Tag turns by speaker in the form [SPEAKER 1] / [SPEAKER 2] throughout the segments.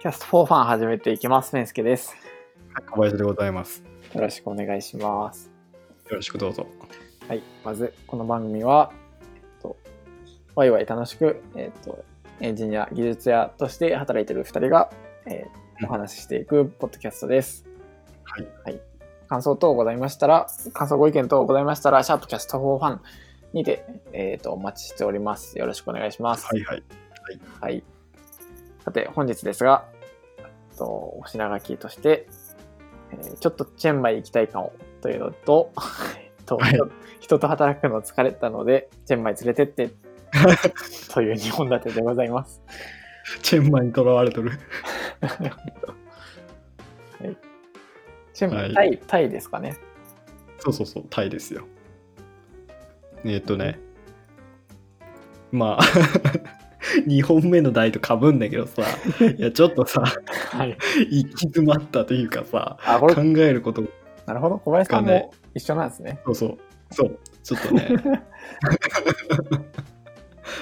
[SPEAKER 1] キャストフォーファン始めていきます。メンスケです。
[SPEAKER 2] 小林でございます。
[SPEAKER 1] よろしくお願いします。
[SPEAKER 2] よろしくどうぞ。
[SPEAKER 1] はい、まずこの番組は、えっと、ワイワイ楽しく、えっと、エンジニア、技術屋として働いている2人が、えー
[SPEAKER 2] うん
[SPEAKER 1] お話ししていくポッドキャストです。
[SPEAKER 2] はい。
[SPEAKER 1] 感想等ございましたら、感想ご意見等ございましたら、シャープキャスト4ファンにて、えっと、お待ちしております。よろしくお願いします。
[SPEAKER 2] はいはい。
[SPEAKER 1] はい。さて、本日ですが、えっとお品書きとして、えーちょっとチェンマイ行きたいかもというのと、 えっと
[SPEAKER 2] はい
[SPEAKER 1] 人人と働くの疲れたので、チェンマイ連れて って、という2本立てでございます。
[SPEAKER 2] チェンマイにとらわれとる。
[SPEAKER 1] チェンマイ、
[SPEAKER 2] はい
[SPEAKER 1] タイ、タイですかね。
[SPEAKER 2] そうそうそう、タイですよ。えっとね、まあ、2本目の題とかぶんだけ どさ、いや、ちょっとさ、
[SPEAKER 1] はい。
[SPEAKER 2] 行き詰まったというかさ、
[SPEAKER 1] あ、こ
[SPEAKER 2] 考
[SPEAKER 1] れ、
[SPEAKER 2] えること、
[SPEAKER 1] なるほど。小林さん
[SPEAKER 2] がね
[SPEAKER 1] も一緒なんですね。
[SPEAKER 2] そうそう、そう、ちょっとね、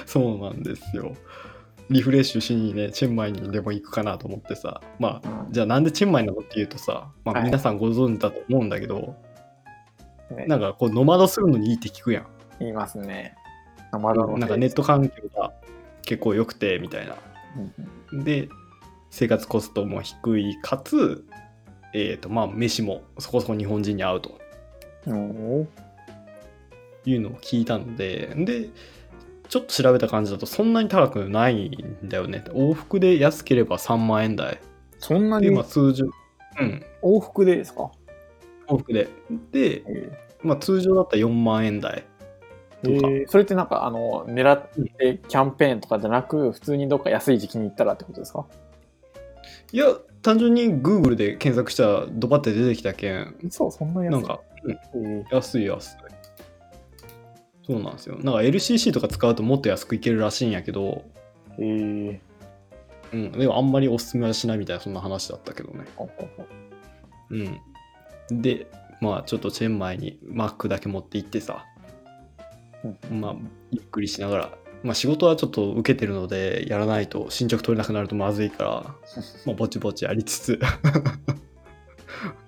[SPEAKER 2] そうなんですよ。リフレッシュしにね、チェンマイにでも行くかなと思ってさ、まあ、
[SPEAKER 1] うん
[SPEAKER 2] じゃあなんでチェンマイなのっていうとさ、ま
[SPEAKER 1] は
[SPEAKER 2] あ、
[SPEAKER 1] い
[SPEAKER 2] 皆さんご存知だと思うんだけど、
[SPEAKER 1] ね
[SPEAKER 2] なんかこうノマドするのにいいって聞くやん、
[SPEAKER 1] 言いますね。ノマドの
[SPEAKER 2] なんかネット環境が結構良くてみたいな
[SPEAKER 1] うんうん
[SPEAKER 2] で生活コストも低いかつえっ、とまあ飯もそこそこ日本人に合うと
[SPEAKER 1] うん
[SPEAKER 2] いうのを聞いたのででちょっと調べた感じだとそんなに高くないんだよね往復で安ければ3万円台
[SPEAKER 1] そんな
[SPEAKER 2] で
[SPEAKER 1] に
[SPEAKER 2] まあ通常うん
[SPEAKER 1] 往復でですか、
[SPEAKER 2] 往復でで
[SPEAKER 1] え、ー
[SPEAKER 2] まあ、通常だったら4万円台とか
[SPEAKER 1] えーそれってなんかあの狙ってキャンペーンとかじゃなく普通にどっか安い時期に行ったらってことですか
[SPEAKER 2] いや、単純に Google で検索したらドバって出てきたけん、
[SPEAKER 1] そうそんな安い
[SPEAKER 2] なんか、うん
[SPEAKER 1] えー
[SPEAKER 2] 安い安い。そうなんですよ。なんか LCC とか使うともっと安くいけるらしいんやけど、
[SPEAKER 1] えー
[SPEAKER 2] うん、でもあんまりおすすめはしないみたいなそんな話だったけどね。
[SPEAKER 1] ほんほんほん
[SPEAKER 2] うん。で、まあちょっとチェンマイにマックだけ持って行ってさ、まあゆっくりしながら、まあ仕事はちょっと受けてるので、やらないと進捗取れなくなるとまずいから、まあぼちぼちやりつつ、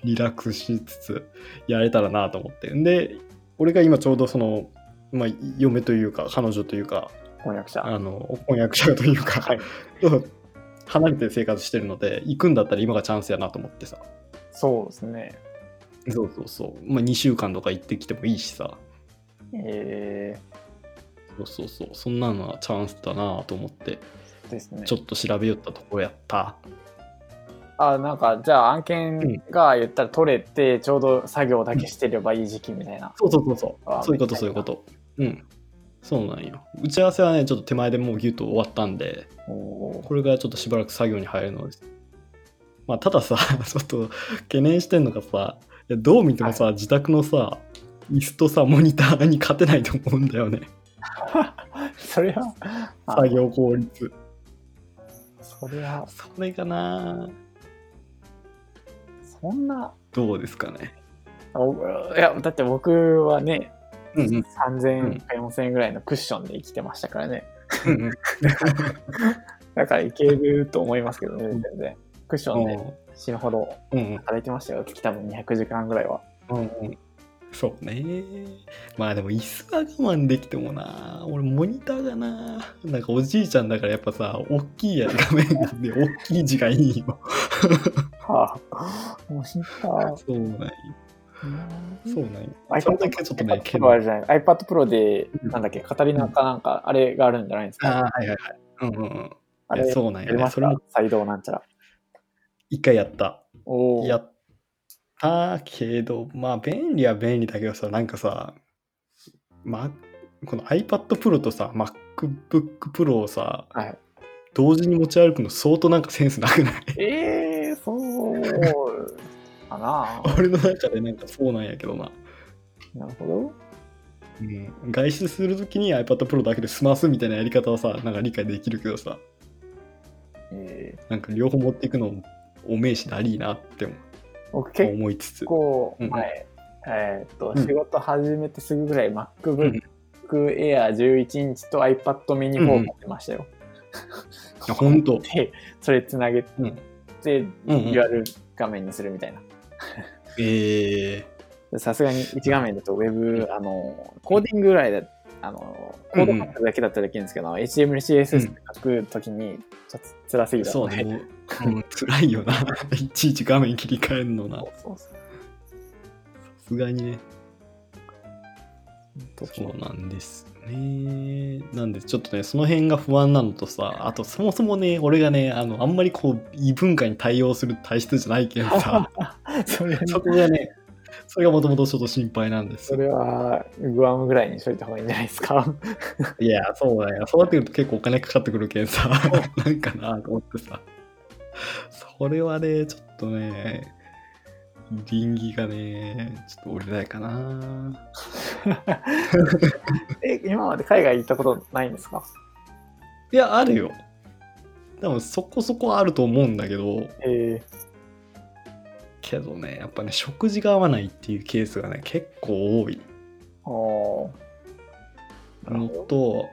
[SPEAKER 2] リラックスしつつ、やれたらなと思って。で、俺が今ちょうどその、まあ嫁というか、彼女というか、
[SPEAKER 1] 翻訳者
[SPEAKER 2] あの婚約者というか、
[SPEAKER 1] はい
[SPEAKER 2] 離れて生活してるので行くんだったら今がチャンスやなと思ってさ
[SPEAKER 1] そうですね
[SPEAKER 2] そうそうそう、まあ、2週間とか行ってきてもいいしさ
[SPEAKER 1] え
[SPEAKER 2] そうそうそうそんなのはチャンスだなと思って
[SPEAKER 1] ー、ですね
[SPEAKER 2] ちょっと調べよったところやった、
[SPEAKER 1] あなんかじゃあ案
[SPEAKER 2] う
[SPEAKER 1] 件
[SPEAKER 2] ん
[SPEAKER 1] が言ったら取れてちょうど作業だけしてればいい時期みたいな、
[SPEAKER 2] そうそうそうそ
[SPEAKER 1] あー
[SPEAKER 2] うそういうこ
[SPEAKER 1] み
[SPEAKER 2] と
[SPEAKER 1] た
[SPEAKER 2] そ
[SPEAKER 1] いう
[SPEAKER 2] い
[SPEAKER 1] な
[SPEAKER 2] うことうんそうなんよ打ち合わせはねちょっと手前でもうギュッと終わったんで
[SPEAKER 1] おー
[SPEAKER 2] これからちょっとしばらく作業に入るのですまあたださ ちょっと懸念してんのがさいやどう見てもさ、自宅のさ椅子とさモニターに勝てないと思うんだよね
[SPEAKER 1] それはあ
[SPEAKER 2] 作業効率
[SPEAKER 1] それは
[SPEAKER 2] それかな
[SPEAKER 1] そんな
[SPEAKER 2] どうですかね
[SPEAKER 1] おいやだって僕はね、
[SPEAKER 2] うんうん
[SPEAKER 1] 3000円か4000円ぐらいのクッションで生きてましたからね、
[SPEAKER 2] うん うん
[SPEAKER 1] だからいけると思いますけどね、全然。クッションで死ぬほど
[SPEAKER 2] うんうん
[SPEAKER 1] 働いてましたよ。月多分200時間ぐらいは。
[SPEAKER 2] うんうんそうねまあでも椅子は我慢できてもな俺モニターがななんかおじいちゃんだからやっぱさ大きいや画面 で大きい字がいいよ
[SPEAKER 1] はあ。もう死んだ。
[SPEAKER 2] そうなんよそうなんよそれ
[SPEAKER 1] iPad
[SPEAKER 2] だけちょっとね
[SPEAKER 1] iPad Pro あれじゃない iPad Pro で、なんだっけ、カタリナかなんか、あれがあるんじゃないですか。
[SPEAKER 2] ああ、はいはいはい。うんうんうん。
[SPEAKER 1] あ
[SPEAKER 2] いや
[SPEAKER 1] れ、
[SPEAKER 2] そうなん
[SPEAKER 1] や
[SPEAKER 2] よ
[SPEAKER 1] り
[SPEAKER 2] ね。
[SPEAKER 1] ます
[SPEAKER 2] それ
[SPEAKER 1] か
[SPEAKER 2] も
[SPEAKER 1] 再動なんちゃら。
[SPEAKER 2] 一回やった。
[SPEAKER 1] おお。
[SPEAKER 2] やったけど、まあ便利は便利だけどさ、なんかさ、ま、この iPad Pro とさ、MacBook Pro をさ、
[SPEAKER 1] はい、
[SPEAKER 2] 同時に持ち歩くの相当なんかセンスなくない
[SPEAKER 1] ええー、そうかな。
[SPEAKER 2] 俺の中でなんかそうなんやけどな。
[SPEAKER 1] なるほ
[SPEAKER 2] うん、外出するときに iPad Pro だけで済ますみたいなやり方はさ、なんか理解できるけど
[SPEAKER 1] ど。
[SPEAKER 2] さ、
[SPEAKER 1] えー、
[SPEAKER 2] なんか両方持っていくのお名刺なりーなって
[SPEAKER 1] 僕結
[SPEAKER 2] 思いつつ。
[SPEAKER 1] 構
[SPEAKER 2] うん
[SPEAKER 1] 前、えーっと、
[SPEAKER 2] うん
[SPEAKER 1] 仕事始めてすぐぐらい MacBook
[SPEAKER 2] ん
[SPEAKER 1] Air 11インチと iPad mini 4持ってましたよ。
[SPEAKER 2] や本当
[SPEAKER 1] で、それつなげ
[SPEAKER 2] うん
[SPEAKER 1] て、
[SPEAKER 2] うん
[SPEAKER 1] URL 画面にするみたいな。
[SPEAKER 2] ええ
[SPEAKER 1] でさすがに1画面だと Web、あの、コーディングぐらいだ、あの、コード書くだけだったらできるんですけど、HTML、CSS 書くときに、ちょっと辛すぎた
[SPEAKER 2] そう
[SPEAKER 1] の
[SPEAKER 2] ね
[SPEAKER 1] で。
[SPEAKER 2] もう、うん、 辛いよないちいち画面切り替えるのなさ
[SPEAKER 1] そうそうそう
[SPEAKER 2] すがにね
[SPEAKER 1] 時
[SPEAKER 2] そ
[SPEAKER 1] 々
[SPEAKER 2] うなんですねなんでちょっとねその辺が不安なのとさあとそもそもね俺がねあのあんまりこう異文化に対応する体質じゃないけどさ
[SPEAKER 1] それ
[SPEAKER 2] そこがねそれがもともとちょっと心配なんです
[SPEAKER 1] そ
[SPEAKER 2] よ
[SPEAKER 1] れは、グアムぐらいにしといた方がいいんじゃないですか。
[SPEAKER 2] いや、そうだよ。そうなってくると結構お金かかってくるけんさ、なんかなと思ってさ。それはね、ちょっとね、倫理がね、ちょっと折れないかな。
[SPEAKER 1] え、今まで海外行ったことないんですか
[SPEAKER 2] いや、あるよ。多分そこそこあると思うんだけど、
[SPEAKER 1] え
[SPEAKER 2] けどね、やっぱね、食事が合わないっていうケースがね、結構多い
[SPEAKER 1] ー、おーなる
[SPEAKER 2] の
[SPEAKER 1] ほど
[SPEAKER 2] と、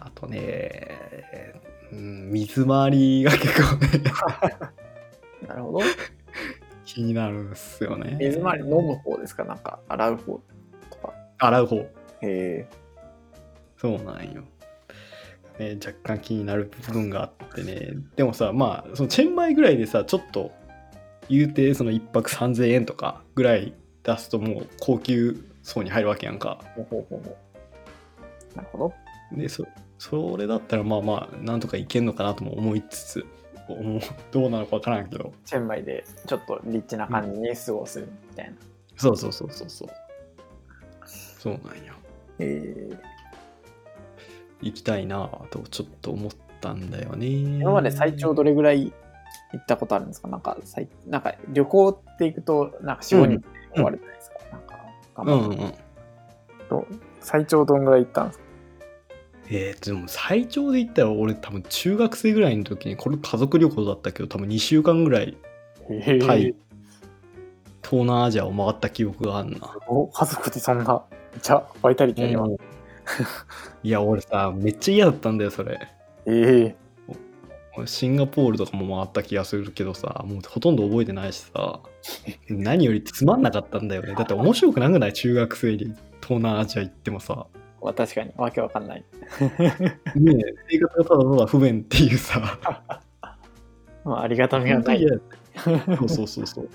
[SPEAKER 2] あとね、うん水回りが結構ね、
[SPEAKER 1] なるほど。
[SPEAKER 2] 気になるんですよね。
[SPEAKER 1] 水回り飲む方ですかなんか、洗う方とか。
[SPEAKER 2] 洗う方。
[SPEAKER 1] へえ。
[SPEAKER 2] そうなんよ。ね、若干気になる部分があってね。でもさ、まあ、そのチェンマイぐらいでさ、ちょっと言うて、その1泊3000円とかぐらい出すと、もう高級層に入るわけやんか。
[SPEAKER 1] ほうほうほうほうなるほど。
[SPEAKER 2] で、そそれだったら、まあまあ、なんとかいけんのかなとも思いつつ、思うどうなのかわからんけど。
[SPEAKER 1] チェンマイでちょっとリッチな感じに過ごすみたいな。
[SPEAKER 2] そうそうそうそうそう。そうなんよ。
[SPEAKER 1] ええ。
[SPEAKER 2] 行きたいなぁとちょっと思ったんだよね。今
[SPEAKER 1] 今まで最長どれぐらい行ったことあるんですかなんか、最なんか旅行って行くと、なんか4、5
[SPEAKER 2] うん
[SPEAKER 1] 人で終わるじゃないですか。なんか頑
[SPEAKER 2] う
[SPEAKER 1] 張
[SPEAKER 2] ん
[SPEAKER 1] っ
[SPEAKER 2] う
[SPEAKER 1] て、
[SPEAKER 2] んうん。
[SPEAKER 1] 最長どんぐらい行ったんですか
[SPEAKER 2] えー、でも最長で言ったら俺多分中学生ぐらいの時にこれ家族旅行だったけど多分2週間ぐらい
[SPEAKER 1] へ
[SPEAKER 2] タイ、東南アジアを回った記憶があんな。
[SPEAKER 1] お家族でそんな、じゃあ、バイタリティあります。
[SPEAKER 2] いや俺さめっちゃ嫌だったんだよそれ。
[SPEAKER 1] ええ。
[SPEAKER 2] 俺シンガポールとかも回った気がするけどさもうほとんど覚えてないし さ何よりつまんなかったんだよねだって面白くなくない中学生に東南アジア行ってもさ、
[SPEAKER 1] まあ確かに、わけわかんない。
[SPEAKER 2] ねえ、生活がただただ不便っていうさ
[SPEAKER 1] まあ、ありがたみがない。
[SPEAKER 2] そうそうそうそう。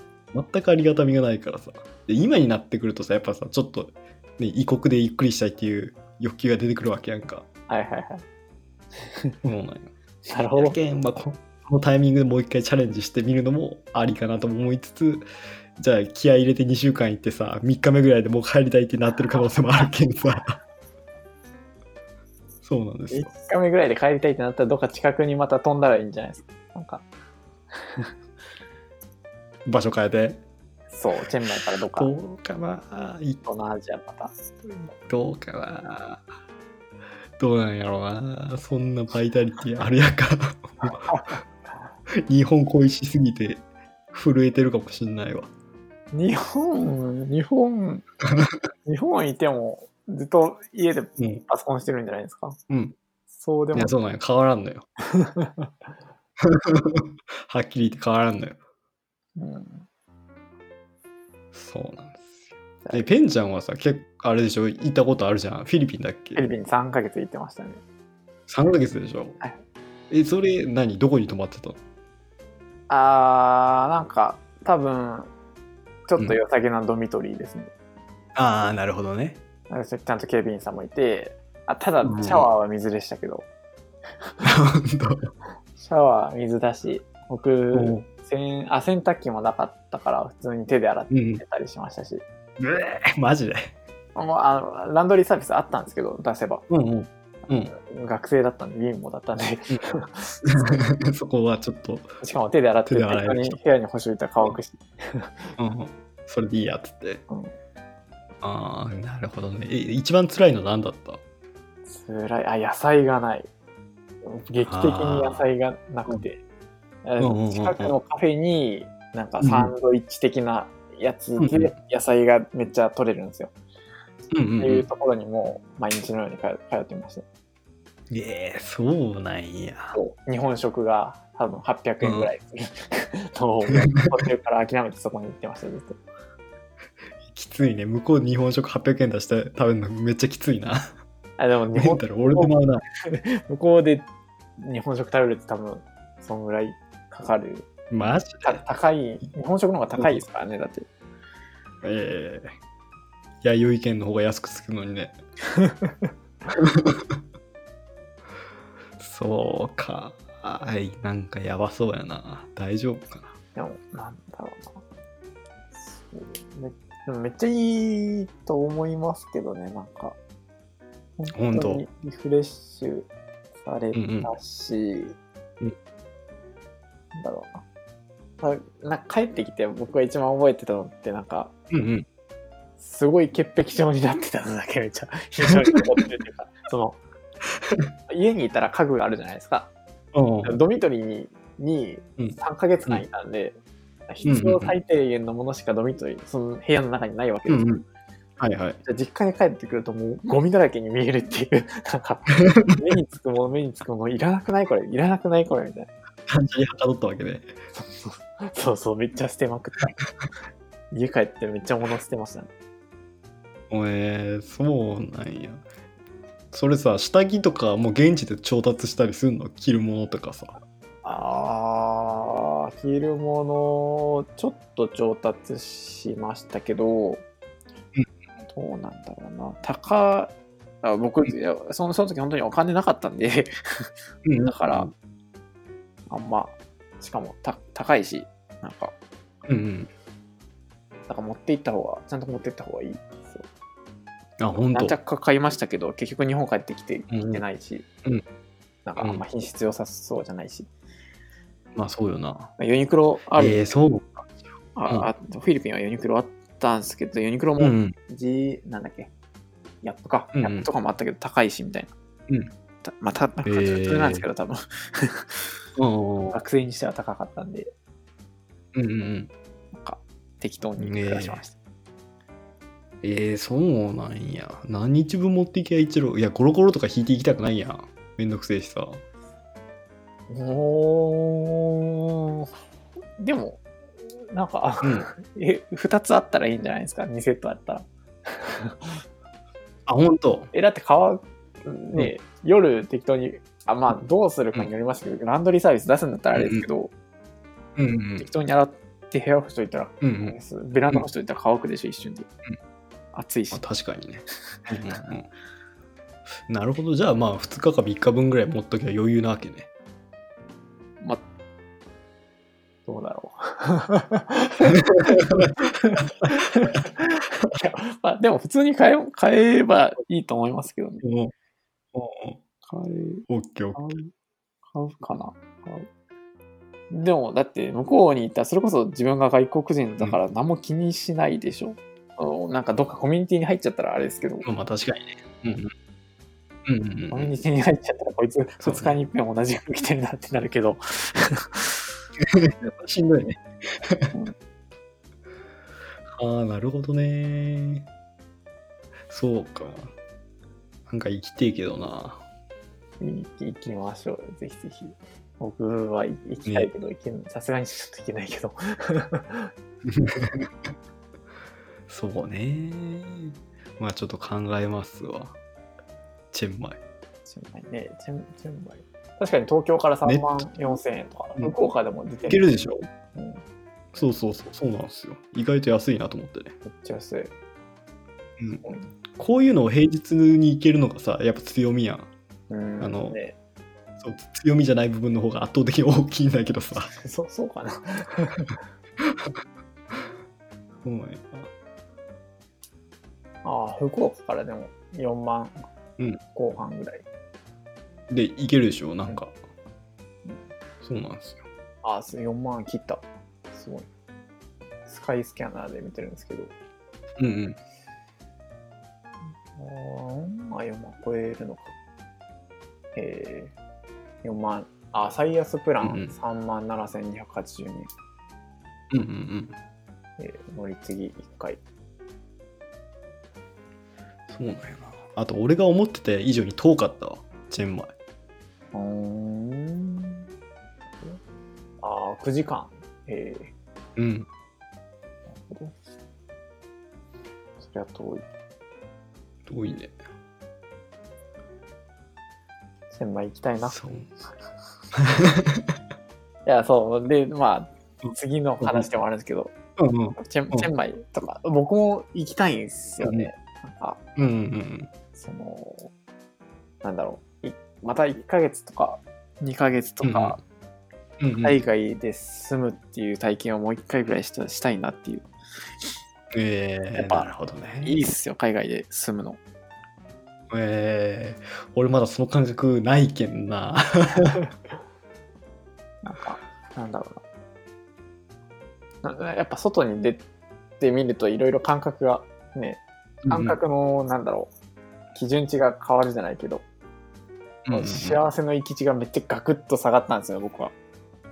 [SPEAKER 2] 全くありがたみがないからさ。で今になってくるとさ、やっぱさ、ちょっと、ね、異国でゆっくりしたいっていう欲求が出てくるわけやんか。
[SPEAKER 1] はいはいは
[SPEAKER 2] そうなんよ。
[SPEAKER 1] い。なるほ
[SPEAKER 2] や
[SPEAKER 1] ど。
[SPEAKER 2] けん、まあ、ここのタイミングでもう一回チャレンジしてみるのもありかなとも思いつつ、じゃあ気合い入れて2週間行ってさ、3日目ぐらいでもう帰りたいってなってる可能性もあるけん さ。そうなんです
[SPEAKER 1] 1
[SPEAKER 2] よ。
[SPEAKER 1] 日目ぐらいで帰りたいってなったら、どっか近くにまた飛んだらいいんじゃないですか。なんか、
[SPEAKER 2] 場所変えて。
[SPEAKER 1] そう、チェンマイからどっか、
[SPEAKER 2] ど
[SPEAKER 1] 東
[SPEAKER 2] うかな行
[SPEAKER 1] 南アジアまた。
[SPEAKER 2] どうかなどうなんやろうなそんなバイタリティあれや か日本恋しすぎて震えてるかもしんないわ
[SPEAKER 1] 日本、日 本、日本いても、ずっと家で
[SPEAKER 2] うん
[SPEAKER 1] パソコンしてるんじゃないですか。
[SPEAKER 2] うん
[SPEAKER 1] そうで
[SPEAKER 2] い
[SPEAKER 1] も
[SPEAKER 2] や、そうなんよ変わらん のよはっきり言って変わらんのよ
[SPEAKER 1] うん、
[SPEAKER 2] そうなんですよでペンちゃんはさ結構あれでしょ行ったことあるじゃんフィリピンだっけ
[SPEAKER 1] フィリピン3ヶ月行ってましたね。
[SPEAKER 2] 3ヶ月でしょ、
[SPEAKER 1] はい
[SPEAKER 2] えそれ何どこに泊まってたの
[SPEAKER 1] あー、なんか、多分、ちょっと良さげなドミトリーですね。
[SPEAKER 2] ああなるほど ね
[SPEAKER 1] なんかちゃんと警備員さんもいて、あただ、シャワーは水でしたけど、シャワー、水だし、僕、せんあ洗濯機もなかったから、普通に手で洗っ
[SPEAKER 2] うん
[SPEAKER 1] てたりしましたし、
[SPEAKER 2] うえーマジで
[SPEAKER 1] もうあのランドリーサービスあったんですけど、出せば。
[SPEAKER 2] うんうんうん
[SPEAKER 1] 学生だったんで、貧乏だ ったんで、
[SPEAKER 2] そこはちょっと、
[SPEAKER 1] しかも手で洗って、
[SPEAKER 2] 手で洗え
[SPEAKER 1] 適当
[SPEAKER 2] る
[SPEAKER 1] に部屋に干しといたら乾くし、
[SPEAKER 2] うん、それでいいやっつって。
[SPEAKER 1] うん
[SPEAKER 2] ああ、なるほどね。え一番辛いの何だった
[SPEAKER 1] つらい、あ、野菜がない。劇的に野菜がなくて、あ
[SPEAKER 2] うんうんうん
[SPEAKER 1] 近くのカフェに、なんかサンドイッチ的なやつで野菜がめっちゃ取れるんですよ。
[SPEAKER 2] うんう
[SPEAKER 1] っ
[SPEAKER 2] ん
[SPEAKER 1] ていうところにもう毎日のように通通ってました。
[SPEAKER 2] えー、そうなんや。
[SPEAKER 1] そう日本食が多分800円ぐらいする、と途中から諦めてそこに行ってましたずっと
[SPEAKER 2] きついね。向こう日本食800円出して食べるのめっちゃきついな。
[SPEAKER 1] あでも日
[SPEAKER 2] 日
[SPEAKER 1] 本
[SPEAKER 2] 本だろ、俺でも合うな。
[SPEAKER 1] 向こうで日本食食べるって多分そんぐらいかかる
[SPEAKER 2] マジで
[SPEAKER 1] た高い日本食の方が高いですからねだって
[SPEAKER 2] ええ弥生県の方が安くつくのに ね。そうか。はい、なんかやばそうやな。大丈夫かな。
[SPEAKER 1] でもなんだろうなそうめでもめっちゃいいと思いますけどねなんか
[SPEAKER 2] 本当
[SPEAKER 1] にリフレッシュされたし、
[SPEAKER 2] うんうん
[SPEAKER 1] なんだろうなあなんか帰ってきて僕が一番覚えてたのってなんか
[SPEAKER 2] うんうん。
[SPEAKER 1] すごい潔癖症になってたのだけめっちゃ非常に残ってるっていうかその家にいたら家具があるじゃないですか
[SPEAKER 2] うん
[SPEAKER 1] ドミトリーにに
[SPEAKER 2] うん
[SPEAKER 1] 3ヶ月間いたんで、必要最低限のものしかドミトリーその部屋の中にないわけ
[SPEAKER 2] う
[SPEAKER 1] です、
[SPEAKER 2] んうん。はいはい。
[SPEAKER 1] じゃあ実家に帰ってくるともうゴミだらけに見えるって いうなんか目につくもの目につくものいらなくないこれいらなくないこれみたいな
[SPEAKER 2] 感じにはかどったわけで。
[SPEAKER 1] そうそうめっちゃ捨てまくって家帰ってめっちゃ物捨てましたね
[SPEAKER 2] おえー、そうなんや。それさ、下着とかもう現地で調達したりするの着るものとかさ。
[SPEAKER 1] あー着るものちょっと調達しましたけど、どうなんだろうな高あ僕いやそのその時本当にお金なかったんで
[SPEAKER 2] うん
[SPEAKER 1] だから、あんましかもた高いしなんか
[SPEAKER 2] うんうん。
[SPEAKER 1] なんか持って行った方がちゃんと持って行った方がいいそう
[SPEAKER 2] あ、本
[SPEAKER 1] 何
[SPEAKER 2] 当。
[SPEAKER 1] 着か買いましたけど結局日本帰ってきて
[SPEAKER 2] うん
[SPEAKER 1] 着てないし、
[SPEAKER 2] うん
[SPEAKER 1] なんかあんま品質良さそうじゃないし、
[SPEAKER 2] まあそうよな。
[SPEAKER 1] ユニクロある
[SPEAKER 2] ええー、そうか。うん
[SPEAKER 1] ああとフィリピンはユニクロあったんですけど、ユニクロ
[SPEAKER 2] うんう
[SPEAKER 1] も
[SPEAKER 2] ん。
[SPEAKER 1] G、なんだっけ、ヤップか、
[SPEAKER 2] う
[SPEAKER 1] ヤ
[SPEAKER 2] んうん
[SPEAKER 1] ップとかもあったけど高いしみたいな。
[SPEAKER 2] うん
[SPEAKER 1] たまあ、た普
[SPEAKER 2] へー
[SPEAKER 1] 通なんですけど、多分
[SPEAKER 2] うんうん
[SPEAKER 1] 学生にしては高かったんで、
[SPEAKER 2] うんうん。
[SPEAKER 1] なんか適当に暮らしました。
[SPEAKER 2] えー、そうなんや。何日分持っていきゃ一郎。いや、コロコロとか引いていきたくないやん。めんどくせえしさ。
[SPEAKER 1] おーでも、なんか、
[SPEAKER 2] うん。
[SPEAKER 1] え、2つあったらいいんじゃないですか、2セットあったら。
[SPEAKER 2] あ、ほんと。
[SPEAKER 1] え、だって川、ね、夜適当に、あまあ、どうするかによりますけど、ランドリーサービス出すんだったらあれですけど、
[SPEAKER 2] うんうん
[SPEAKER 1] 適当に洗って部屋干しといたら、
[SPEAKER 2] うんうん。
[SPEAKER 1] ベランダ干しといたら乾くでしょ、一瞬で。暑いし
[SPEAKER 2] まあ、。確かにね。 うんうんうん、なるほど。じゃあまあ2日か3日分ぐらい持っときゃ余裕なわけね。
[SPEAKER 1] まあ、どうだろう。い やまあ、でも普通に買え買えばいいと思いますけどね。
[SPEAKER 2] おうおう
[SPEAKER 1] 買う、
[SPEAKER 2] おうオッケーオッケ
[SPEAKER 1] 買う、買うかな。買うでも、だって向こうに行ったら、それこそ自分が外国人だから何も気にしないでしょ。あのなんかどっかコミュニティに入っちゃったらあれですけど。
[SPEAKER 2] ー。まあまあ確かにね。うんうん。うん
[SPEAKER 1] コ
[SPEAKER 2] う
[SPEAKER 1] ミュ
[SPEAKER 2] んうん
[SPEAKER 1] ニティに入っちゃったらこいつ2日に一遍同じ服着てるなってなるけど、
[SPEAKER 2] しんどいね。 ああ、なるほどね。そうか。なんか生きてえけどな。
[SPEAKER 1] 行き行きましょう。ぜひぜひ。僕は行きたいけど、行けんさすがにちょっと行けないけど。
[SPEAKER 2] そうね。まあちょっと考えますわ。チェンマイ。
[SPEAKER 1] チェンマイね、チェンチェンマイ。確かに東京から3万4千円とか、
[SPEAKER 2] うん
[SPEAKER 1] 福岡でも出て
[SPEAKER 2] いけるでしょ
[SPEAKER 1] うんめっ
[SPEAKER 2] そうそうそう、そうなんですよ。意外と安いなと思ってね。
[SPEAKER 1] ちゃ安い。
[SPEAKER 2] うん、こういうのを平日に行けるのがさ、やっぱ強みやん。
[SPEAKER 1] うん、
[SPEAKER 2] あの
[SPEAKER 1] ね、
[SPEAKER 2] そう強みじゃない部分の方が圧倒的に大きいんだけどさ。
[SPEAKER 1] そそうかな。
[SPEAKER 2] そうなんや
[SPEAKER 1] ああ、福岡からでも4万
[SPEAKER 2] うん
[SPEAKER 1] 後半ぐらい。
[SPEAKER 2] で、いけるでしょ、なんか。そうなんですよ。
[SPEAKER 1] ああ、そう4万切った。すごい。スカイスキャナーで見てるんですけど。
[SPEAKER 2] うんうん。
[SPEAKER 1] ああ、4万超えるのか。えー、4万、あ、最安プラン
[SPEAKER 2] うんうん
[SPEAKER 1] 3万7282円。
[SPEAKER 2] うんうんうん。
[SPEAKER 1] えー乗り継ぎ1回。
[SPEAKER 2] そうなんやな。あと、俺が思ってた以上に遠かったわ、チェンマイ。
[SPEAKER 1] うーん。ああ、9時間。ええ
[SPEAKER 2] うん。
[SPEAKER 1] そりゃ遠い。
[SPEAKER 2] 遠いね。
[SPEAKER 1] 千枚行きたいな。い
[SPEAKER 2] そう。
[SPEAKER 1] や、そう。で、まあ
[SPEAKER 2] う、ん
[SPEAKER 1] 次の話でもあるんですけど、
[SPEAKER 2] うんうん。
[SPEAKER 1] チェン
[SPEAKER 2] うん
[SPEAKER 1] チェンマイとか、僕も行きたいんですよね。なんか、
[SPEAKER 2] うんうん
[SPEAKER 1] その、なんだろう。いまた1ヶ月とか、2ヶ月とか、
[SPEAKER 2] うん。うんうん、
[SPEAKER 1] 海外で住むっていう体験をもう一回ぐらいしたしたいなっていう。
[SPEAKER 2] えー、
[SPEAKER 1] やっぱ
[SPEAKER 2] なるほどね。
[SPEAKER 1] いいっすよ、海外で住むの。
[SPEAKER 2] えー、俺まだその感覚ないけんな。
[SPEAKER 1] なんか、なんだろうな。なやっぱ外に出てみるといろいろ感覚がね、感覚の、なんだろう、基準値が変わるじゃないけど、
[SPEAKER 2] うんうん、
[SPEAKER 1] 幸せの行き地がめっちゃガクッと下がったんですよ、僕は。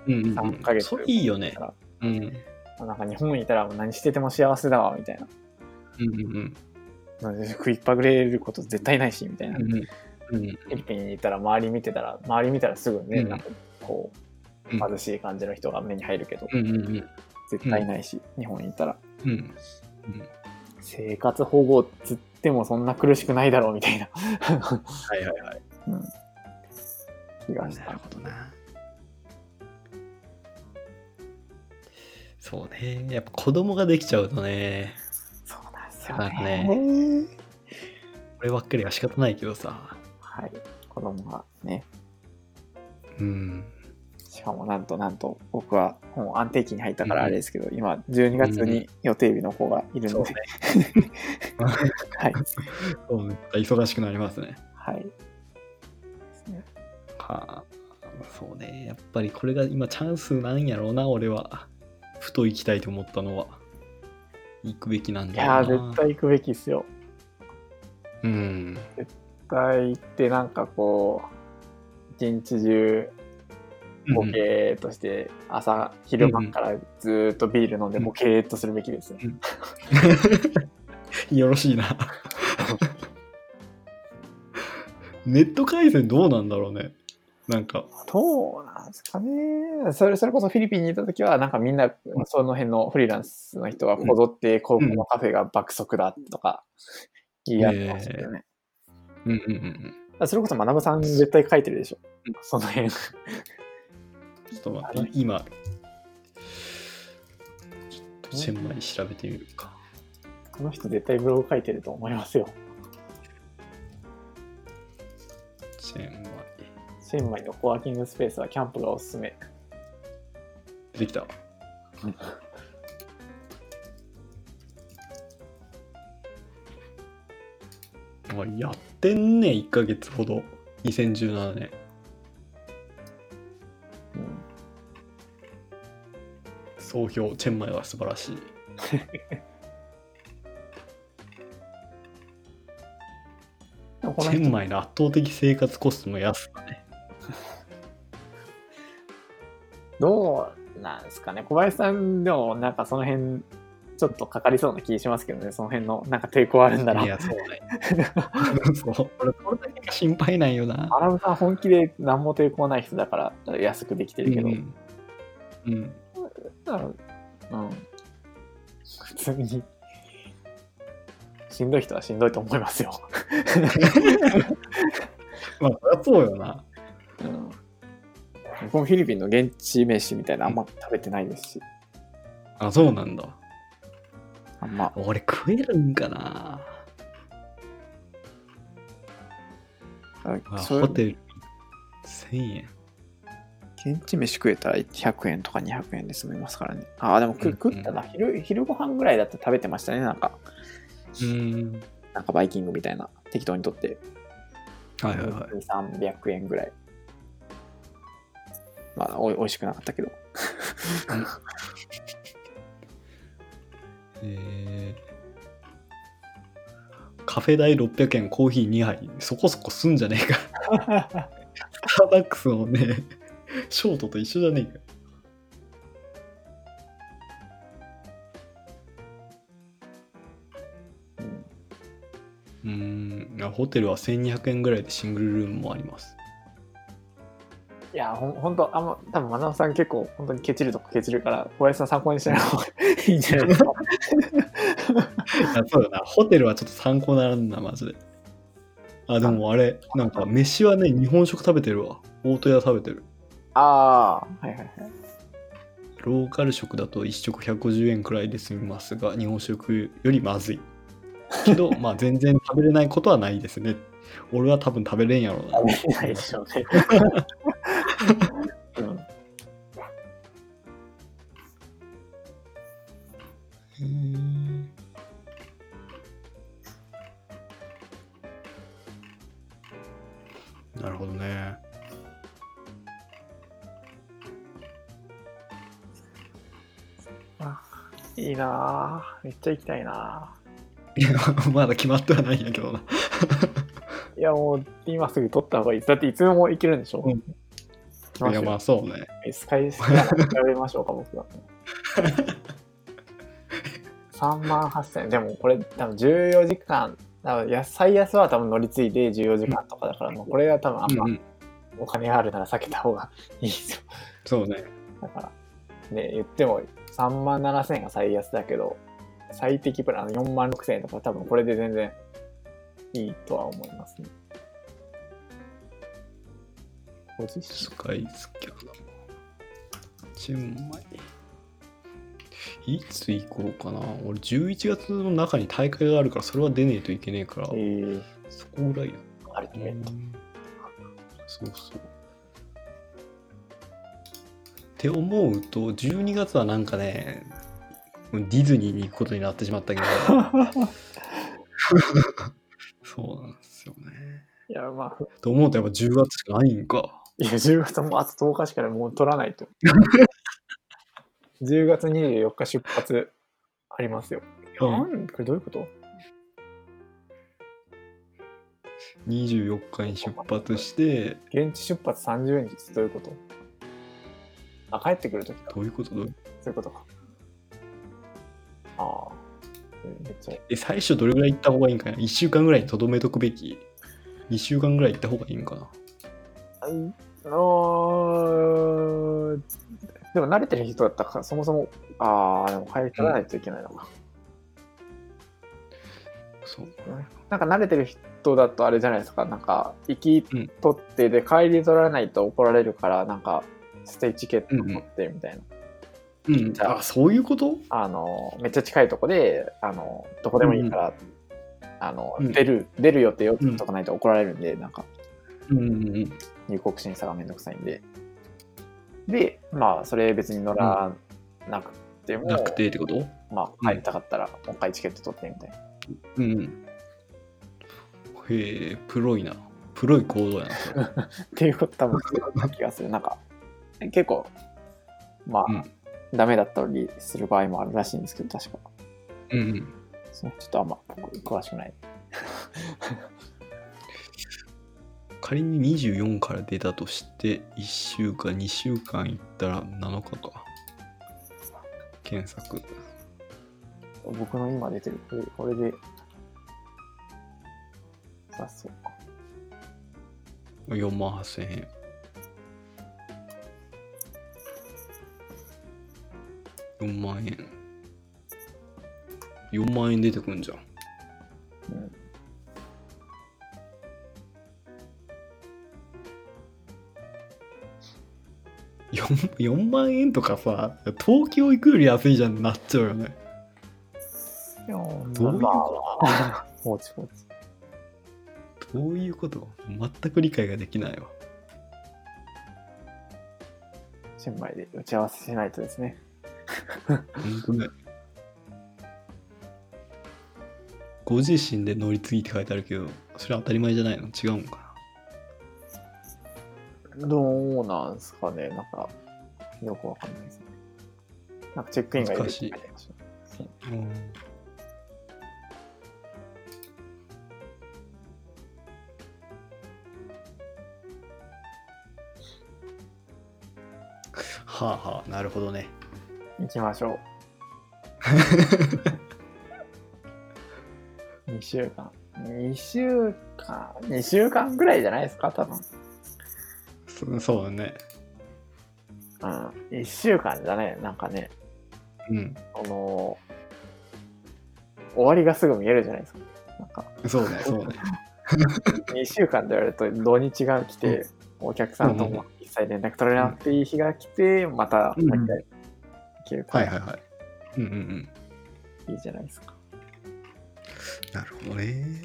[SPEAKER 2] うんうん
[SPEAKER 1] 3ヶ月
[SPEAKER 2] それいいよね。うん。うん
[SPEAKER 1] なんか日本にいたらもう何してても幸せだわ、みたいな。
[SPEAKER 2] うんうん。
[SPEAKER 1] なんで食いっぱぐれること絶対ないし、みたいな。
[SPEAKER 2] うんうんうん
[SPEAKER 1] フィリピンにいたら周り見てたら、周り見たらすぐね、
[SPEAKER 2] うん
[SPEAKER 1] なんかこう、
[SPEAKER 2] うん
[SPEAKER 1] 貧しい感じの人が目に入るけど、
[SPEAKER 2] うんうんうん
[SPEAKER 1] 絶対ないし、日本にいたら。
[SPEAKER 2] うん
[SPEAKER 1] 生活保護っつってもそんな苦しくないだろうみたいな、
[SPEAKER 2] はいはいはい。
[SPEAKER 1] うん、気がし
[SPEAKER 2] なる
[SPEAKER 1] た。
[SPEAKER 2] ほどな。そうね。やっぱ子供ができちゃうとね、
[SPEAKER 1] そうなんですよ
[SPEAKER 2] なんか
[SPEAKER 1] ね。
[SPEAKER 2] こればっかりは仕方ないけどさ。
[SPEAKER 1] はい。子供がね、
[SPEAKER 2] うん。
[SPEAKER 1] しかもなんとなんと僕はもう安定期に入ったからあれですけど、今12月に予定日の子がいる
[SPEAKER 2] そ
[SPEAKER 1] の
[SPEAKER 2] う
[SPEAKER 1] で
[SPEAKER 2] ね、。
[SPEAKER 1] はい。
[SPEAKER 2] そうね忙しくなりますね。
[SPEAKER 1] はい。
[SPEAKER 2] はあ。そうね。やっぱりこれが今チャンスなんやろうな、俺は。ふと行きたいと思ったのは。行くべきなん
[SPEAKER 1] い
[SPEAKER 2] だ
[SPEAKER 1] や
[SPEAKER 2] ろうな。
[SPEAKER 1] ー、絶対行くべきっすよ。
[SPEAKER 2] うん。
[SPEAKER 1] 絶対行ってなんかこう、一日中ボ
[SPEAKER 2] うん
[SPEAKER 1] ケーっとして、朝昼間からずーっとビール飲んで
[SPEAKER 2] うん
[SPEAKER 1] ボケーっとするべきですね。
[SPEAKER 2] よろしいな。ネット回線どうなんだろうね。なんか、
[SPEAKER 1] どうなんですかね。それそれこそフィリピンにいた時は、なんかみんな、その辺のフリーランスの人がこぞって、こうこのカフェが爆速だとか言い合ってましたよね。
[SPEAKER 2] うんうんうん
[SPEAKER 1] それこそ、学さん絶対書いてるでしょ
[SPEAKER 2] うん。
[SPEAKER 1] その辺。
[SPEAKER 2] うん。ちょっと待って、今、チェンマイ調べてみるか。
[SPEAKER 1] この人絶対ブログ書いてると思いますよ。
[SPEAKER 2] チェンマイ。
[SPEAKER 1] チェンマイのコワーキングスペースはキャンプがおすすめ。
[SPEAKER 2] 出てきた。あやってんね、1ヶ月ほど。2017年。
[SPEAKER 1] うん
[SPEAKER 2] 総評、チェンマイは素晴らしい。
[SPEAKER 1] でもこ
[SPEAKER 2] チ
[SPEAKER 1] の
[SPEAKER 2] ェン
[SPEAKER 1] 人
[SPEAKER 2] マイの圧倒的生活コストの安さね。
[SPEAKER 1] どうなんですかね。小林さんでも、なんかその辺、ちょっとかかりそうな気しますけどね。その辺の、なんか抵抗あるんだな。
[SPEAKER 2] いや、そうね。 そう。俺、それだけが心配なんよな。
[SPEAKER 1] アラブさん本気で何も抵抗ない人だから安くできてるけど、う
[SPEAKER 2] うんん。うん
[SPEAKER 1] うん、普通にしんどい人はしんどいと思いますよ、
[SPEAKER 2] まあ、そりゃそうよな。
[SPEAKER 1] うん、僕もフィリピンの現地飯みたいなのあんま食べてないですし
[SPEAKER 2] あ、そうなんだ。
[SPEAKER 1] あんま
[SPEAKER 2] 俺、食えるんかな。あ
[SPEAKER 1] そう
[SPEAKER 2] ホテル1000円。
[SPEAKER 1] 現地飯食えたら100円とか200円で済みますからねああでも食,、
[SPEAKER 2] うん
[SPEAKER 1] 食ったな昼昼ご飯ぐらいだったら食べてましたねなんか
[SPEAKER 2] うん。
[SPEAKER 1] なんかバイキングみたいな適当にとって
[SPEAKER 2] はいはいはい。
[SPEAKER 1] 2300円ぐらいまあおい美味しくなかったけど
[SPEAKER 2] えーカフェ代600円、コーヒー2杯、そこそこすんじゃねえか。スターバックスのね、ショートと一緒じゃねえか。
[SPEAKER 1] うん
[SPEAKER 2] うーん、ホテルは1200円ぐらいでシングルルームもあります。
[SPEAKER 1] いや、ほんほんと、あんま、多分マナオさん結構、本当にケチるとこケチるから、小林さん参考にしない方がいいんじゃないですか。
[SPEAKER 2] あそうだな、ホテルはちょっと参考にならんな、マジで。あ、でもあれ、なんか飯はね、日本食食べてるわ。大戸屋食べてる。
[SPEAKER 1] ああ、はいはいはい。
[SPEAKER 2] ローカル食だと1食150円くらいで済みますが、日本食よりまずい。けど、まあ全然食べれないことはないですね。俺は多分食べれんやろうな。
[SPEAKER 1] 食べないでしょうね。うん
[SPEAKER 2] へーなるほどね。
[SPEAKER 1] いいなぁ。めっちゃ行きたいなぁ。
[SPEAKER 2] いやまだ決まってはないんやけどな。
[SPEAKER 1] いや、もう今すぐ取った方がいいです。だっていつでも行けるんでしょ、
[SPEAKER 2] うん
[SPEAKER 1] 来ま
[SPEAKER 2] い
[SPEAKER 1] す
[SPEAKER 2] や
[SPEAKER 1] よ
[SPEAKER 2] まあそうね。
[SPEAKER 1] スカイスカイラー調べましょうか、 僕は。3万8000円。でもこれ、多分14時間、多分野菜安は多分乗り継いで14時間とかだから、もうこれは多分あん
[SPEAKER 2] うんう
[SPEAKER 1] ま
[SPEAKER 2] ん、
[SPEAKER 1] お金があるなら避けた方がいいですよ。
[SPEAKER 2] そうね。
[SPEAKER 1] だから、ね、言っても3万7000円が最安だけど、最適プラン4万6000円とか多分これで全然いいとは思いますね。ご自身
[SPEAKER 2] スカイスキャナ。チェンマイ。いつ行こうかな。俺11月の中に大会があるから、それは出ねえといけねえから、
[SPEAKER 1] えー、
[SPEAKER 2] そこぐらいや。
[SPEAKER 1] アルティ メット。
[SPEAKER 2] そうそう。って思うと12月はなんかねディズニーに行くことになってしまったけど そうなんですよね。
[SPEAKER 1] いや、まあ、
[SPEAKER 2] と思うとやっぱ10月しかないんか。
[SPEAKER 1] いや、10月もあと10日しかないもう取らないと。10月24日出発ありますよ。
[SPEAKER 2] うん
[SPEAKER 1] なんこれどういうこと
[SPEAKER 2] 24日に出発して
[SPEAKER 1] 現地出発30日ってどういうことあ、帰ってくるときか。
[SPEAKER 2] どういうことどういう
[SPEAKER 1] そういうことか。ああ。えめっちゃ
[SPEAKER 2] え最初どれぐらい行った方がいいんかな ?1 週間ぐらいにとどめとくべき ?2 週間ぐらい行った方がいいんかな
[SPEAKER 1] あのーでも慣れてる人だったから、そもそも、ああ、でも帰らないといけないのか。
[SPEAKER 2] そう。
[SPEAKER 1] なんか慣れてる人だとあれじゃないですか、なんか、行き
[SPEAKER 2] うん
[SPEAKER 1] 取ってで帰り取らないと怒られるから、なんか、ステイチケット取ってみたいな。
[SPEAKER 2] うん、
[SPEAKER 1] じゃあ
[SPEAKER 2] あそういうこと
[SPEAKER 1] あの、めっちゃ近いとこで、あの、どこでもいいから、あの、
[SPEAKER 2] うん
[SPEAKER 1] 出る、出る予定を取っとかないと怒られるんで、なんか、
[SPEAKER 2] うんうんうん。
[SPEAKER 1] 入国審査がめんどくさいんで。で、まあ、それ別に乗らなくても、
[SPEAKER 2] なくてってこと
[SPEAKER 1] まあ、帰りたかったら、もう一回チケット取ってみたいな。
[SPEAKER 2] うん。へえ、プロいな。プロい行動やな。そ れ
[SPEAKER 1] っていうこと多分な気がする。なんか、結構、まあ、
[SPEAKER 2] うん
[SPEAKER 1] ダメだったりする場合もあるらしいんですけど、確か。
[SPEAKER 2] うんうん。
[SPEAKER 1] そのちょっとあんま僕詳しくない。
[SPEAKER 2] 仮に24から出たとして、1週間、2週間行ったら7日か。検索。
[SPEAKER 1] 僕の今出てる、これこれで、さそうか。
[SPEAKER 2] 4万8000円。4万円。4万円出てくんじゃん。
[SPEAKER 1] うん
[SPEAKER 2] 4, 4万円とかさ東京行くより安いじゃんってなっちゃうよね
[SPEAKER 1] いや
[SPEAKER 2] どういうこと
[SPEAKER 1] まあ、もちもち。
[SPEAKER 2] どういうこと全く理解ができない わ
[SPEAKER 1] チェンマイで打ち合わせしないとですね。
[SPEAKER 2] 本当ねご自身で乗り継ぎって書いてあるけどそれは当たり前じゃないの違うんか
[SPEAKER 1] どうなんすかね、なんか、よくわかんないですね。なんかチェックインがるって書てありました
[SPEAKER 2] なうんはあはあなるほどね
[SPEAKER 1] 行きましょう。2週間。2週間、2週間ぐらいじゃないですか、多分。
[SPEAKER 2] そううんそうだね。
[SPEAKER 1] うん、1週間じゃねなんかね
[SPEAKER 2] うん。
[SPEAKER 1] この終わりがすぐ見えるじゃないですかなんか
[SPEAKER 2] そうね、そうね。
[SPEAKER 1] 2週間でやると土日が来て、お客さんとも一切連絡取れなくていい日が来て、また
[SPEAKER 2] うん
[SPEAKER 1] もう一回行けるか
[SPEAKER 2] はい
[SPEAKER 1] ら
[SPEAKER 2] はいはい。うんうんうん。
[SPEAKER 1] いいじゃないですか、
[SPEAKER 2] なるほどね。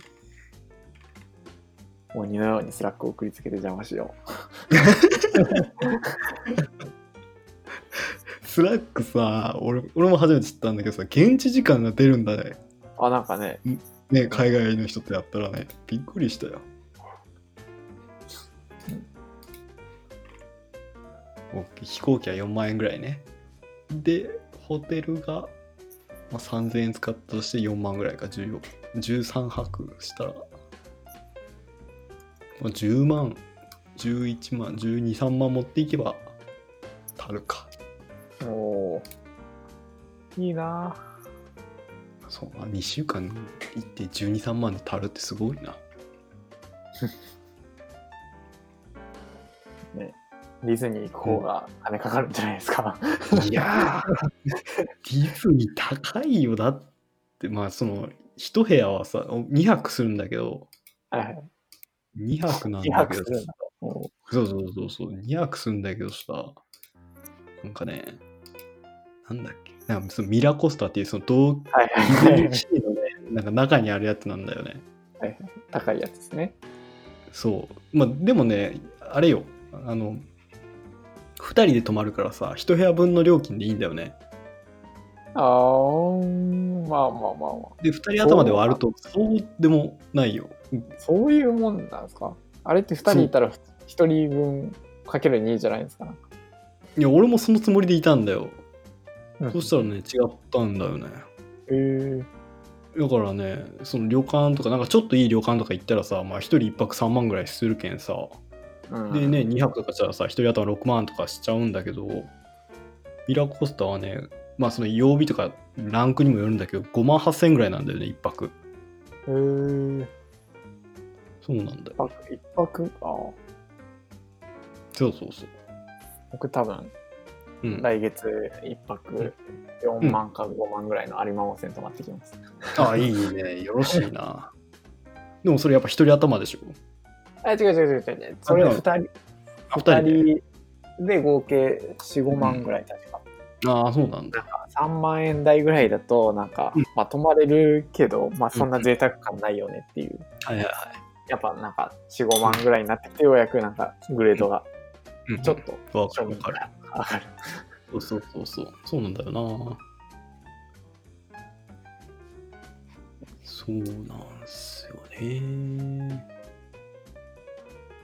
[SPEAKER 1] 鬼のようにスラックを送りつけて邪魔しよ
[SPEAKER 2] スラックさ、俺俺も初めて知ったんだけどさ、現地時間が出るんだね。
[SPEAKER 1] うあなんかね
[SPEAKER 2] ね、海外の人ってやったらね、びっくりしたよ。お飛行機は4万円ぐらいね。で、ホテルが、まあ、3000円使ったとして4万ぐらいか、14 13泊したら、まあ、10万、11万、12、3万持っていけば、足るか。
[SPEAKER 1] もういいなぁ
[SPEAKER 2] そう、あ2週間行って12、3万で足るってすごいな。
[SPEAKER 1] ディズニー行く方が金かかるんじゃないですか、
[SPEAKER 2] いやーディズニー高いよだってまあその一部屋はさ2泊するんだけど
[SPEAKER 1] はいはい
[SPEAKER 2] 2泊なん
[SPEAKER 1] 自
[SPEAKER 2] だ
[SPEAKER 1] 白
[SPEAKER 2] け
[SPEAKER 1] す
[SPEAKER 2] ど
[SPEAKER 1] るんだと
[SPEAKER 2] そうそうそうそう2泊するんだけどさなんかねなんだっけなんかそのミラコスタっていうその同
[SPEAKER 1] はい
[SPEAKER 2] デ
[SPEAKER 1] は
[SPEAKER 2] ィ
[SPEAKER 1] い
[SPEAKER 2] ズニ
[SPEAKER 1] は
[SPEAKER 2] ー
[SPEAKER 1] い
[SPEAKER 2] シー のねなんか中にあるやつなんだよね
[SPEAKER 1] 高いやつですね
[SPEAKER 2] そうまあでもねあれよあの2人で泊まるからさ1部屋分の料金でいいんだよね
[SPEAKER 1] あーうんまあまあまあま
[SPEAKER 2] で、2人頭で割ると、そうでもないよ。
[SPEAKER 1] あそういうもんなんですかあれって2人いたら1人分かける2じゃないですか
[SPEAKER 2] いや、俺もそのつもりでいたんだよ。
[SPEAKER 1] うん
[SPEAKER 2] そしたらね、違ったんだよね。
[SPEAKER 1] えー、
[SPEAKER 2] だからね、その旅館とか、なんかちょっといい旅館とか行ったらさ、まあ、1人1泊3万ぐらいするけんさ。
[SPEAKER 1] うん
[SPEAKER 2] でね、2泊とかしたらさ、1人頭6万とかしちゃうんだけど、ミラコスタはね、まあその曜日とかランクにもよるんだけど、5万8000円ぐらいなんだよね、1泊。
[SPEAKER 1] えー、
[SPEAKER 2] そうなんだよ。
[SPEAKER 1] 一泊一泊あー
[SPEAKER 2] そうそうそう。
[SPEAKER 1] 僕多分
[SPEAKER 2] うん、あ
[SPEAKER 1] 来月一泊4万か5万ぐらいの有馬温泉泊まってきます、
[SPEAKER 2] あ、いいね。よろしいな。でもそれやっぱ1人頭でしょ。
[SPEAKER 1] あ違う違う違う違うそれ
[SPEAKER 2] あ
[SPEAKER 1] 2
[SPEAKER 2] でも
[SPEAKER 1] 人
[SPEAKER 2] あ
[SPEAKER 1] 二
[SPEAKER 2] で
[SPEAKER 1] 人で合計45万ぐらい確か、
[SPEAKER 2] ああ、そうなんだ。
[SPEAKER 1] 3万円台ぐらいだとなんか、
[SPEAKER 2] うん
[SPEAKER 1] まあ泊まれるけど、まあ、そんな贅沢感ないよねっていう、
[SPEAKER 2] はいはいは
[SPEAKER 1] やっぱなんか45万ぐらいになってきてようやくなんかグレードが
[SPEAKER 2] い。
[SPEAKER 1] ちょっと
[SPEAKER 2] と。わか
[SPEAKER 1] 庶民
[SPEAKER 2] るわかる。
[SPEAKER 1] が上がる、
[SPEAKER 2] そうそうそうそう。そうなんだよな。そうなんすよね。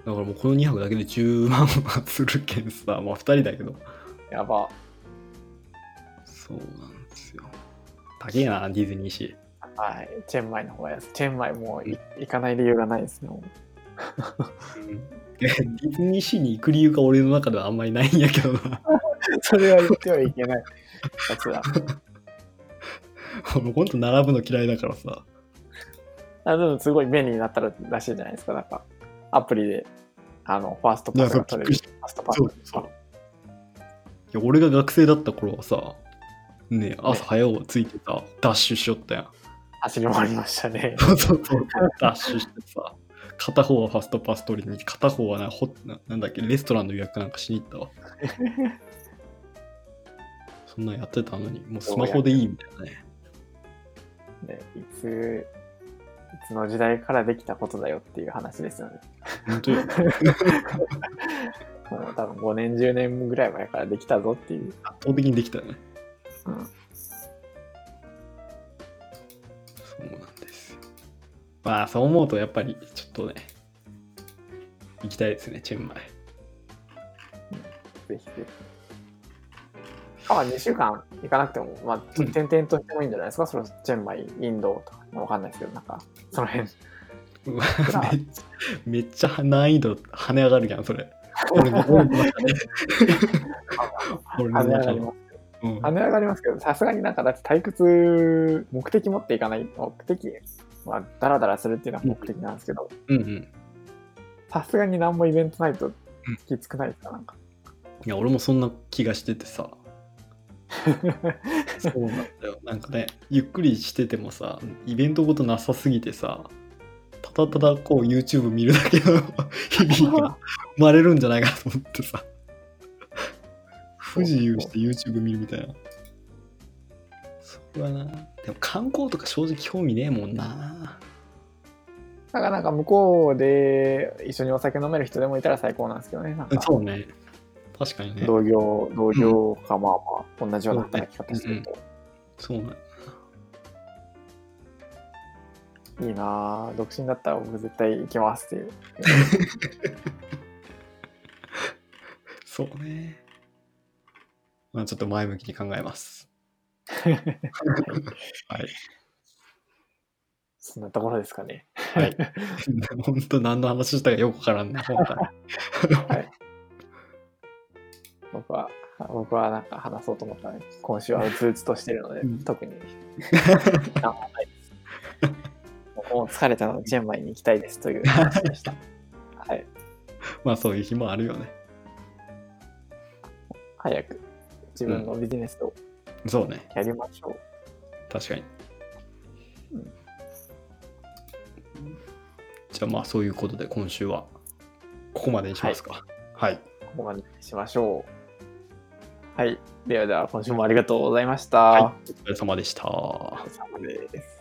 [SPEAKER 2] だからもうこの2泊だけで10万はするけんさ、まあ2人だけど。
[SPEAKER 1] やば
[SPEAKER 2] そうなんですよ。高えな、ディズニーシ
[SPEAKER 1] はいチェンマイの方が安いチェンマイもうい行かない理由がないですねもう
[SPEAKER 2] ー。 ディズニーシーに行く理由が俺の中ではあんまりないんやけどな。
[SPEAKER 1] それは言ってはいけないやつだ。
[SPEAKER 2] 俺ほんと並ぶの嫌いだからさ。
[SPEAKER 1] あでもすごい便利になったらしいじゃないですか。なんかアプリであのファースト
[SPEAKER 2] い
[SPEAKER 1] パ
[SPEAKER 2] や、
[SPEAKER 1] ス
[SPEAKER 2] そ
[SPEAKER 1] が
[SPEAKER 2] う、び
[SPEAKER 1] 取
[SPEAKER 2] っ
[SPEAKER 1] れ
[SPEAKER 2] くり
[SPEAKER 1] る
[SPEAKER 2] し。
[SPEAKER 1] ファーストパス
[SPEAKER 2] そうそう。いや、俺が学生だった頃はさ、ね、朝早うついてた、ダッシュしよったやん。
[SPEAKER 1] 走り回りましたね。
[SPEAKER 2] そうそうそう。ダッシュしてさ、片方はファストパス取りに、片方はなほななんだっけ、レストランの予約なんかしに行った わ。そんなんやってたのに、もうスマホでいいみたいなね。
[SPEAKER 1] ねいついつの時代からできたことだよっていう話ですよね。
[SPEAKER 2] 本当よ。
[SPEAKER 1] もう多分5年10年ぐらい前からできたぞっていう。
[SPEAKER 2] 圧倒的にできたよね。
[SPEAKER 1] うん
[SPEAKER 2] そうなんですよ。まあ、そう思うと、やっぱり、ちょっとね、行きたいですね、チェンマイ。
[SPEAKER 1] ぜひぜひ。あ2週間行かなくても、まあ、ちょっと転々としてもいいんじゃないですか、そのチェンマイ、インドとか、わかんないですけど、なんか、その辺、
[SPEAKER 2] うわ
[SPEAKER 1] さあ
[SPEAKER 2] めっちゃめっちゃ難易度跳ね上がるやん それ。俺の俺の中で俺の
[SPEAKER 1] 跳ね上が
[SPEAKER 2] 中
[SPEAKER 1] り
[SPEAKER 2] で
[SPEAKER 1] ます。
[SPEAKER 2] うん
[SPEAKER 1] 跳ね上がりますけど、さすがになんかだって退屈、目的持っていかない、目的、まあ、ダラダラするっていうのは目的なんですけど、
[SPEAKER 2] うんうん。
[SPEAKER 1] さすがに何もイベントないと
[SPEAKER 2] うん
[SPEAKER 1] きつくないですかなんか
[SPEAKER 2] いや、俺もそんな気がしててさ。そうなんだよ。なんかね、ゆっくりしててもさ、イベントごとなさすぎてさ、ただただこう YouTube 見るだけの 日々が生まれるんじゃないかと思ってさ。不自由して YouTube 見るみたいな。それはな。でも観光とか正直興味ねえもんな。
[SPEAKER 1] なんかなんか向こうで一緒にお酒飲める人でもいたら最高なんですけどねなんか
[SPEAKER 2] そうね。確かにね。
[SPEAKER 1] 同業同業かまあまあ同じような働き方してると
[SPEAKER 2] そうなん
[SPEAKER 1] いいなあ独身だったら僕絶対行きますっていう
[SPEAKER 2] そうね。まあちょっと前向きに考えます。 はい。
[SPEAKER 1] そんなところですかね
[SPEAKER 2] はい。本当何の話したかよくわからんね。本当に
[SPEAKER 1] 僕は僕はなんか話そうと思ったら今週はうつうつとしてるので、
[SPEAKER 2] うん
[SPEAKER 1] 特になんもないです僕もう疲れたのでチェンマイに行きたいですという話でしたはい
[SPEAKER 2] まあそういう日もあるよね。
[SPEAKER 1] 早く自分のビジネスを
[SPEAKER 2] そうね。
[SPEAKER 1] やりましょう、
[SPEAKER 2] 確かに
[SPEAKER 1] うん。
[SPEAKER 2] じゃあまあそういうことで今週はここまでにしますか。はい。
[SPEAKER 1] ここまでにしましょうはいではでは今週もありがとうございました、
[SPEAKER 2] はいお疲れ様でした。
[SPEAKER 1] お疲れ様です